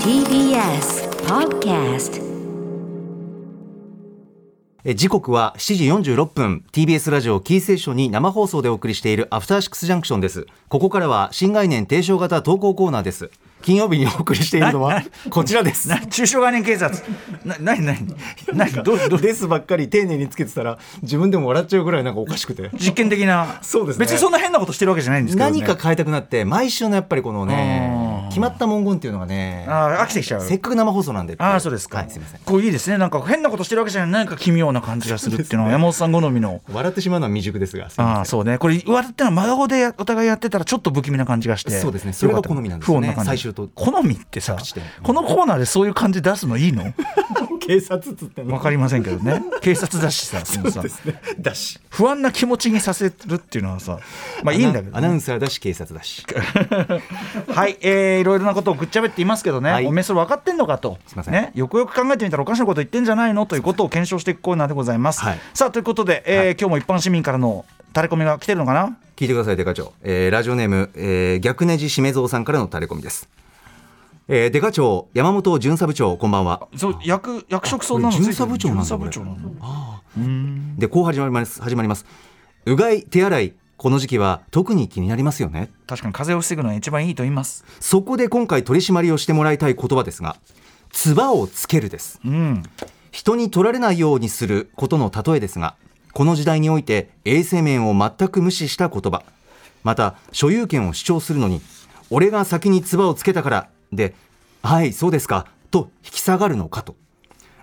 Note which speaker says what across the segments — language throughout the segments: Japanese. Speaker 1: TBS Podcast
Speaker 2: え時刻は7時46分 TBS ラジオキーセーションに生放送でお送りしているアフターシックスジャンクションですここからは新概念提唱型投稿コーナーです金曜日にお送りしているのはこちらです
Speaker 3: な中小概念警察な何何何どうどう
Speaker 2: ですばっかり丁寧につけてたら自分でも笑っちゃうぐらいなんかおかしくて
Speaker 3: 実験的な
Speaker 2: そうですね
Speaker 3: 別にそんな変なことしてるわけじゃないんですけど、ね、
Speaker 2: 何か変えたくなって毎週のやっぱりこのね決まった文言っていうのがね
Speaker 3: あー飽きてきちゃう
Speaker 2: せっかく生放送なんで
Speaker 3: ああそうですか、
Speaker 2: はいすいません
Speaker 3: こういいですねなんか変なことしてるわけじゃない何か奇妙な感じがするっていうのは山本さん好 みの
Speaker 2: 笑ってしまうのは未熟ですがすいません
Speaker 3: ああそうねこれ笑ってのは真顔でお互いやってたらちょっと不気味な感じがして
Speaker 2: そうですねそれが好みなんですよね
Speaker 3: 不穏感じ
Speaker 2: 最終と
Speaker 3: 好みってさ
Speaker 2: 着地点
Speaker 3: このコーナーでそういう感じ出すのいいの
Speaker 2: 警察つって
Speaker 3: わかりませんけどね警察だしさそのさ
Speaker 2: すねだし
Speaker 3: 不安な気持ちにさせるっていうのはさまあいいんだけど
Speaker 2: アナウンサーだし警察だし
Speaker 3: はい、えー、いろいろなことをぐっちゃべっていますけどね、
Speaker 2: はい
Speaker 3: おめえそれ分かってんのかと
Speaker 2: すいません
Speaker 3: ね、よくよく考えてみたらおかしなこと言ってんじゃないのということを検証していくコーナーでございます。
Speaker 2: はい
Speaker 3: さあということで、え
Speaker 2: は
Speaker 3: ー
Speaker 2: い
Speaker 3: 今日も一般市民からのタレコミが来てるのかな
Speaker 2: 聞いてください、デカ長。えーラジオネーム、えー逆ネジしめぞうさんからのタレコミです。えー、デカ長、山本巡査部長、こんばんは。
Speaker 3: そう役役職そんなの
Speaker 2: これ巡査部長なんだ
Speaker 3: 巡査部長なの
Speaker 2: で、こう始まります。始まります。うがい、手洗い、この時期は特に気になりますよね。
Speaker 3: 確かに風邪を防ぐのは一番いいと言います。
Speaker 2: そこで今回取り締まりをしてもらいたい言葉ですが、唾をつけるです。
Speaker 3: うん、
Speaker 2: 人に取られないようにすることの例えですがこの時代において衛生面を全く無視した言葉また所有権を主張するのに俺が先に唾をつけたからではいそうですかと引き下がるのかと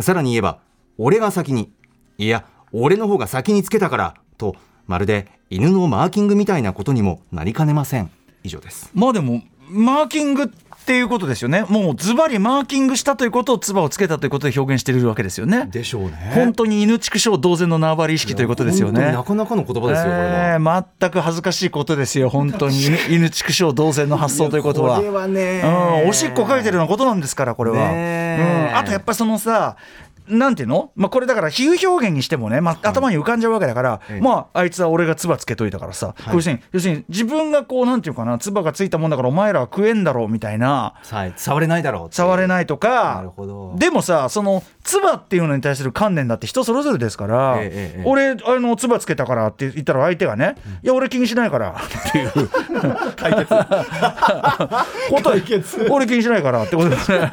Speaker 2: さらに言えば俺が先にいや俺の方が先につけたからとまるで犬のマーキングみたいなことにもなりかねません以上です
Speaker 3: まあでもマーキングっていうことですよねもうズバリマーキングしたということを唾をつけたということで表現してるわけですよね。
Speaker 2: でしょうね
Speaker 3: 本当に犬畜生同然の縄張り意識ということですよね。
Speaker 2: なかなかの言葉ですよ、これは
Speaker 3: えー全く恥ずかしいことですよ、本当に 犬犬畜生同然の発想ということは。
Speaker 2: いやこれはね
Speaker 3: うん、おしっこかいてるようなことなんですから、これは。
Speaker 2: ねえ
Speaker 3: うん、あとやっぱりそのさなんていうの、まあ、これだから比喩表現にしてもね、まあ、頭に浮かんじゃうわけだから、
Speaker 2: ええ
Speaker 3: まああいつは俺が唾つけといたからさ、
Speaker 2: い
Speaker 3: 要するに要するに自分がこうなんていうかな唾がついたもんだからお前らは食えんだろうみたいな
Speaker 2: さ触れないだろうって
Speaker 3: 触れないとか
Speaker 2: なるほど
Speaker 3: でもさその唾っていうのに対する観念だって人それぞれですから、
Speaker 2: ええええ
Speaker 3: 俺あの唾つけたからって言ったら相手がね、いや俺気にしないから っていうこと
Speaker 2: 解決
Speaker 3: 俺気にしないからってことですね。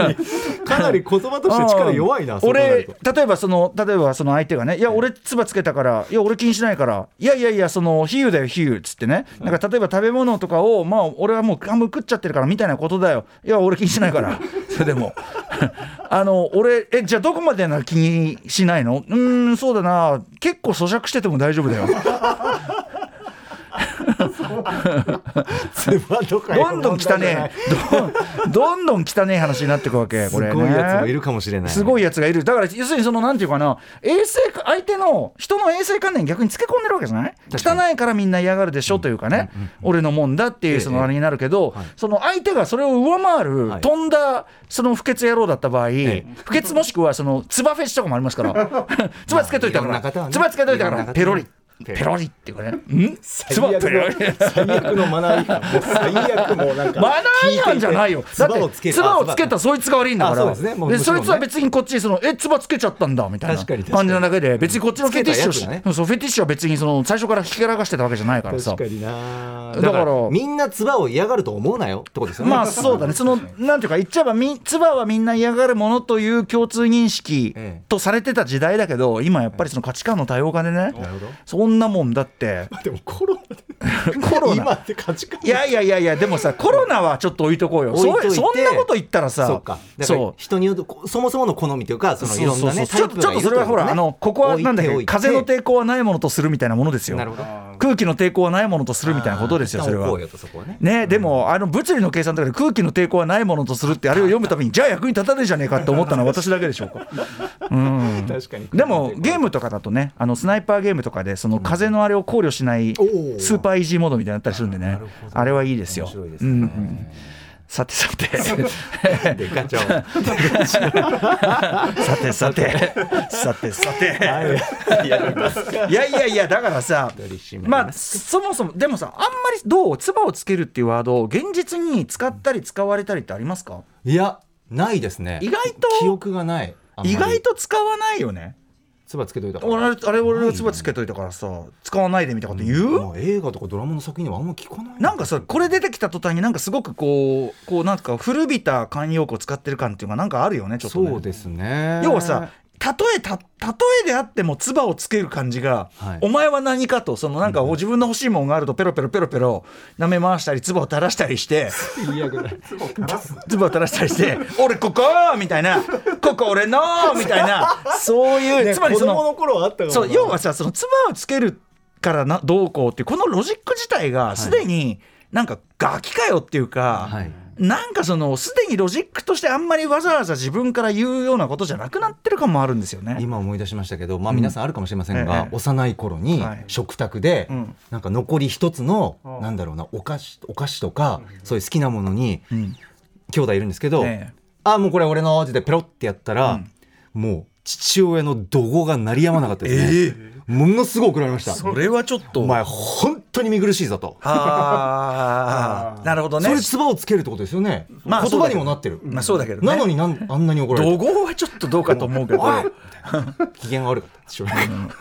Speaker 2: かなり言葉として力弱いな、
Speaker 3: うん
Speaker 2: そう考えると
Speaker 3: 俺例えばその例えばその相手がね「いや俺唾つけたからいや俺気にしないからいやいやいやその比喩だよ比喩」っつってねなんか例えば食べ物とかをまあ俺はもう半分食っちゃってるからみたいなことだよいや俺気にしないから それでもあの俺えじゃあどこまでなら気にしないのうーんそうだな結構咀嚼してても大丈夫だ よ
Speaker 2: 唾とか
Speaker 3: どんどん汚ねえどんどん汚ねえ話になってくわけ
Speaker 2: す
Speaker 3: これ、ね、
Speaker 2: ごいやつもいるかもしれない
Speaker 3: すごいやつがいる、だから要するにそのなんていうかな、衛生相手の人の衛生観念、逆につけ込んでるわけじゃない
Speaker 2: 確か
Speaker 3: 汚いからみんな嫌がるでしょというかね、俺のもんだってい
Speaker 2: ええ
Speaker 3: うそのあれになるけど、その相手がそれを上回る、
Speaker 2: はい
Speaker 3: 飛んだその不潔野郎だった場合、
Speaker 2: え
Speaker 3: 不潔もしくはそのつばフェチとかもあります から、つばつけといた
Speaker 2: い
Speaker 3: か
Speaker 2: ろんな方は
Speaker 3: ら、
Speaker 2: ね
Speaker 3: つばつけといた
Speaker 2: いろんな
Speaker 3: か
Speaker 2: 方
Speaker 3: ら、
Speaker 2: は
Speaker 3: ペロリ。
Speaker 2: ペロリ
Speaker 3: ペロリっていうかね、んつば
Speaker 2: 最悪
Speaker 3: ペロリ。
Speaker 2: の最悪のマナー違反もう最悪もうなんか
Speaker 3: マナー違反じゃないよ。だっ
Speaker 2: 唾
Speaker 3: て、唾
Speaker 2: をつ
Speaker 3: を
Speaker 2: ける
Speaker 3: つけたそいつが悪いんだか
Speaker 2: あ
Speaker 3: ら。
Speaker 2: そうですねもう
Speaker 3: で、
Speaker 2: もちろん
Speaker 3: そ
Speaker 2: ね
Speaker 3: いつは別にこっちにその、え、唾つけちゃったんだみたいな
Speaker 2: 確かに確かに
Speaker 3: 感じなだけで、別にこっちのフェティッシュを
Speaker 2: つけ
Speaker 3: し、
Speaker 2: たやつが
Speaker 3: そう、フェティッシュは別にその、最初から引き流してたわけじゃないからさ
Speaker 2: 確。かにな
Speaker 3: だから
Speaker 2: みんな唾を嫌がると思うなよってことですよね
Speaker 3: まあそうだね、そのなんていうか、言っちゃえばみ、唾はみんな嫌がるものという共通認識
Speaker 2: ええ
Speaker 3: とされてた時代だけど、今やっぱりその価値観の多様化でね
Speaker 2: るほど、
Speaker 3: そんなもん だって、
Speaker 2: でもコロナで
Speaker 3: コロナ
Speaker 2: 今。って価値観
Speaker 3: いやいやいやいや、でもさ、コロナはちょっと置いとこうよ、
Speaker 2: 置いといて
Speaker 3: そそんなこと言ったらさ、
Speaker 2: そうかだから人によってそもそもの好みというかそのいろんなね
Speaker 3: そうそうそうちょっとちょっとそれはほら、あのここはなんだっけ、風の
Speaker 2: 抵
Speaker 3: 抵抗はないものとするみたいなものですよ
Speaker 2: なるほど。
Speaker 3: 空気の抵抗はないものとするみたいなことですよ、それは。
Speaker 2: そこはね
Speaker 3: ね、でも、あの物理の計算とかで空気の抵抗はないものとするって、あれを読むたびに、じゃあ役に立たねえじゃねえかって思っ たのは私だけでしょうか。うん
Speaker 2: 確かに
Speaker 3: でもゲームとかだとねあのスナイパーゲームとかでその風のあれを考慮しないス
Speaker 2: おー
Speaker 3: ーパーイージーモードみたいになのあったりするんでねあれはいいですよ。
Speaker 2: 面白いです
Speaker 3: う
Speaker 2: ね
Speaker 3: んうんさ てさて
Speaker 2: デカ長。は
Speaker 3: さてさてさてさて
Speaker 2: い。やります。
Speaker 3: いやいやいやだか らさ
Speaker 2: 取り締まり
Speaker 3: ま
Speaker 2: ま
Speaker 3: あそもそもでもさあんまりどう唾をつけるっていうワードを現実に使ったり使われたりってありますか
Speaker 2: いや、ないですね。
Speaker 3: 意外と
Speaker 2: 記憶がない。あんまり
Speaker 3: 意外。と使わないよね
Speaker 2: つばつけといたから。
Speaker 3: 俺あれ俺が唾つけといたからさ使わないでみたいなこと言う、
Speaker 2: まあ映画とかドラマの作品ではあんま聞かない。
Speaker 3: なんかさこれ出てきた途端になんかすごくこうこうなんか古びた慣用句を使ってる感っていうかなんかあるよねちょっとね
Speaker 2: そうですね。
Speaker 3: 要はさ例えた例えであっても唾をつける感じが、
Speaker 2: はい
Speaker 3: お前は何かとそのなんか自分の欲しいもんがあるとペロペロペロペロ舐め回したり唾を垂らしたりして
Speaker 2: 最悪だ。
Speaker 3: 唾を垂らしたりして 「俺ここ!」みたいな 「ここ俺の!」みた いなそういう、つまりその
Speaker 2: 頃はあった
Speaker 3: そう要はさその唾をつけるからなどうこうっていうこのロジック自体がすでになんかガキかよっていうか、
Speaker 2: はい
Speaker 3: なんかそのすでにロジックとしてあんまりわざわざ自分から言うようなことじゃなくなってる感もあるんですよね。
Speaker 2: 今思い出しましたけど、まあ皆さんあるかもしれません
Speaker 3: うん
Speaker 2: が、
Speaker 3: ええ
Speaker 2: 幼い頃に
Speaker 3: はい
Speaker 2: 食卓で、
Speaker 3: うん
Speaker 2: なんか残り一つの、
Speaker 3: うん
Speaker 2: なんだろうな、お菓子、お菓子とか、そういう好きなものに、
Speaker 3: うん
Speaker 2: 兄弟いるんですけど、
Speaker 3: ええ
Speaker 2: あ、もうこれ俺の味でペロってやったら、もう父親の怒号が鳴りやまなかったですね。ものすごい怒られました。
Speaker 3: れはちょっと
Speaker 2: お前、本当に見苦しいぞと。
Speaker 3: あーなるほどね
Speaker 2: それ、。唾をつけるってことですよね。
Speaker 3: まあ
Speaker 2: 言葉にもなってる。
Speaker 3: まあそうだけどね
Speaker 2: なのになんあんなに怒られ
Speaker 3: 怒
Speaker 2: る。
Speaker 3: 号はちょっとどうかと思うけど、
Speaker 2: おい 機嫌が悪かった父親。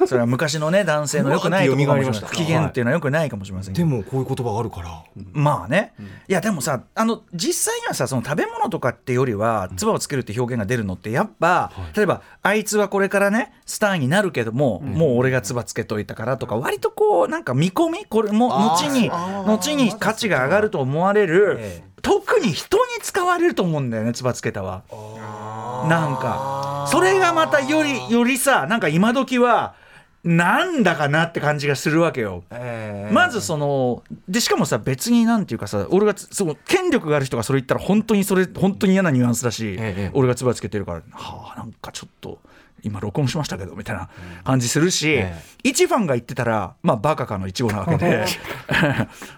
Speaker 3: それは昔のね男性の良くないところか
Speaker 2: うわ
Speaker 3: もしれな
Speaker 2: ーって蘇りまし
Speaker 3: い
Speaker 2: た
Speaker 3: 不機嫌っていうのは良くないかもしれませんけど
Speaker 2: でもこういう言葉があるから。
Speaker 3: まあね、いやでもさあの実際にはさその食べ物とかってよりは唾をつけるって表現が出るのってやっぱ、例えばあいつはこれからねスターになるけども、もう俺が唾つけといたからとか割とこうなんか見込みこれも
Speaker 2: あ
Speaker 3: 後
Speaker 2: ー
Speaker 3: に
Speaker 2: あー
Speaker 3: 後に価値が上がると思われる、
Speaker 2: え
Speaker 3: 特に人に使われると思うんだよね唾つけたは。なんかそれがまたよりよりさなんか今時はなんだかなって感じがするわけよ。まずそのでしかもさ別になんていうかさ俺がつその権力がある人がそれ言ったら本当にそれ本当に嫌なニュアンスだし、
Speaker 2: ええ
Speaker 3: 俺が唾つけてるからはあなんかちょっと今録音しましたけどみたいな感じするし、
Speaker 2: ええ
Speaker 3: 一ファンが言ってたらまあバカかの一語なわけ で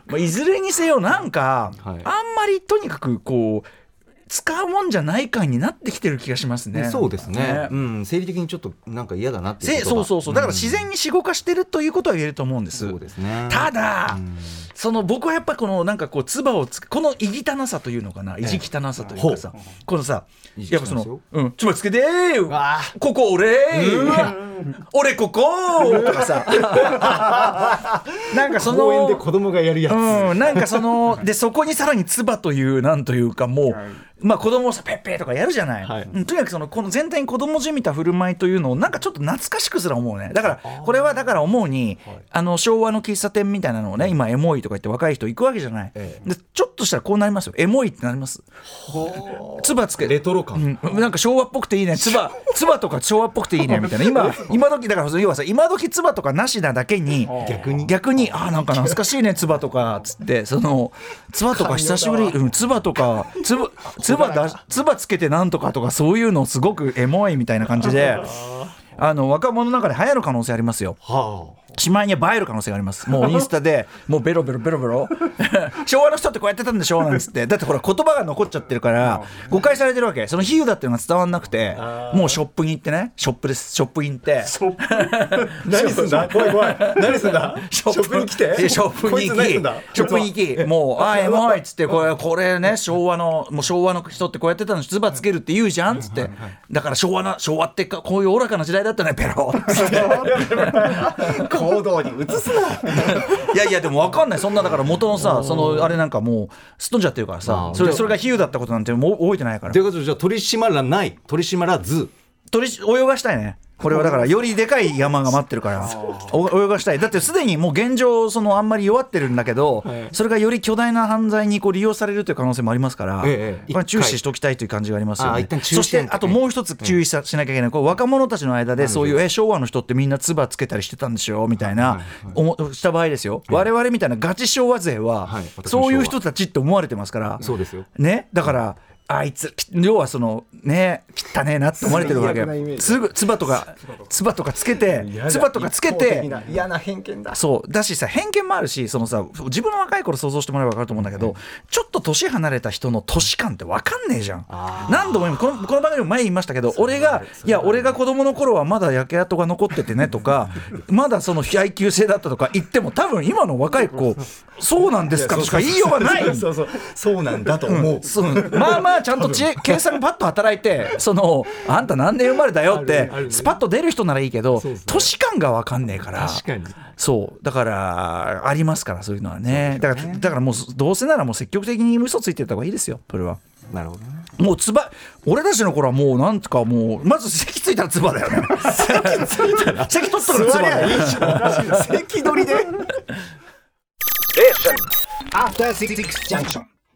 Speaker 3: まあいずれにせよなんか、
Speaker 2: はい
Speaker 3: あんまりとにかくこう使うもんじゃない感になってきてる気がしますね。
Speaker 2: そうですね
Speaker 3: ね
Speaker 2: うん、生理的にちょっとなんか嫌だなってい
Speaker 3: せ
Speaker 2: う
Speaker 3: そうそうそうだから
Speaker 2: ん
Speaker 3: 自然に死語化してるということは言えると思うんです。
Speaker 2: そうですね
Speaker 3: ただ、その僕はやっぱこのなんかこう唾をつけこの意汚さというのかな意地汚さというかさ、このさ
Speaker 2: 意地
Speaker 3: やっぱそ
Speaker 2: 汚いです
Speaker 3: の
Speaker 2: よ
Speaker 3: 「うん唾つけてーよ
Speaker 2: わ
Speaker 3: ここ俺俺こことかさ なんかその
Speaker 2: 公園で子供がやるやつ、
Speaker 3: うん、なんかそのでそこにさらに唾というなんというかもう、まあ子供をさペッペーとかやるじゃない、
Speaker 2: はい
Speaker 3: うんとにかくそのこの全体に子供じみた振る舞いというのをなんかちょっと懐かしくすら思うねだからこれはだから思うにあの昭和の喫茶店みたいなのをね今エモいとか言って若い人行くわけじゃない、
Speaker 2: え
Speaker 3: でちょっとしたらこうなりますよエモいってなります唾つけ
Speaker 2: レトロ感、
Speaker 3: うん、なんか昭和っぽくていいね、つ ば、つばとか昭和っぽくていいねみたいな、今、今時だから、要はさ、今時つばとかなしなだけに、
Speaker 2: 逆に
Speaker 3: 逆に、あーなんか懐かしいね、つばとか、つって、その、つばとか久しぶり、うん、つばとか、つば、つば だ、つばつけてなんとかとか、そういうのすごくエモいみたいな感じ で、あの、若者の中で流行る可能性ありますよ。
Speaker 2: はあ
Speaker 3: しまいには映える可能性があります。もうインスタで、 もうベロベロベロベロ。 昭和の人ってこうやってたんでしょなんつって。だってほら言葉が残っちゃってるから、誤解されてるわけ。その比喩だっていうのが伝わんなくて、もうショップに行ってね、ショップです。ショップに行って。
Speaker 2: 何すんだ怖い怖 い何すんだ
Speaker 3: えショップに行き、ショップに行き、もう、あ、エモいっつって、これ、これね、昭和の、もう昭和の人ってこうやってたの、唾つけるって言うじゃんっつって、だから昭和な、昭和ってか、こういうおおらかな時代だったね、ペロっつって。
Speaker 2: 行動に移すない
Speaker 3: やいやでも分かんないそんなだから元のさそのあれなんかもうすっ飛んじゃってるからさ
Speaker 2: あー
Speaker 3: それそれが比喩だったことなんてもう覚えてないから
Speaker 2: ということでじゃあ取り締まらない取り締まらず
Speaker 3: 取り泳がしたいねこれはだからよりでかい山が待ってるからお泳がしたいだってすでにもう現状そのあんまり弱ってるんだけど、それがより巨大な犯罪にこう利用されるという可能性もありますから、
Speaker 2: ええ
Speaker 3: これ注視しておきたいという感じがありますよ
Speaker 2: あー
Speaker 3: ね
Speaker 2: 一旦注意
Speaker 3: そし
Speaker 2: して
Speaker 3: てあともう一つ注意さしなきゃいけないこう若者たちの間でそういうえ昭和の人ってみんな唾つけたりしてたんでしょみたいな思した場合ですよ我々みたいなガチ昭和勢は
Speaker 2: はい私も
Speaker 3: そういう
Speaker 2: 昭
Speaker 3: 人たちって思われてますから
Speaker 2: そうですよ
Speaker 3: ねだからあいつピッ要はそのね切ったねえなって思われてるわけよ
Speaker 4: 最悪なイメージ
Speaker 3: すぐつばとかつばとかつけて
Speaker 4: 嫌だ
Speaker 3: つばとかつけ
Speaker 4: 一方
Speaker 3: て
Speaker 4: 的な嫌な偏見だ
Speaker 3: そうだしさ偏見もあるしそのさ自分の若い頃想像してもらえば分かると思うんだけど、ちょっと年離れた人の年感って分かんねえじゃん何度も今このこの番組も前言いましたけど俺がいや俺が子供の頃はまだ焼け跡が残っててね とかまだその配給制だったとか言っても多分今の若い 子そうなんですかとしか言いようがない
Speaker 4: そうそうそうなんだと思う、
Speaker 3: そうまあまあちゃんと知恵計算がパッと働い てそのあんた何年生まれだよっ
Speaker 4: あ
Speaker 3: て
Speaker 4: るある
Speaker 3: スパッと出る人ならいいけど
Speaker 4: そうそう
Speaker 3: 年感が分かんねえから
Speaker 4: 確かに
Speaker 3: そうだからありますからそういうのはねだからだからもうどうせならもう積極的に嘘ついてった方がいいですよこれは。
Speaker 2: なるほどね
Speaker 3: もうつば俺たちの頃はもうなんとかもうまず席ついたらつばだよ ね席ついたら席取ったらつばだよね
Speaker 4: 関取で
Speaker 5: After Six Junction.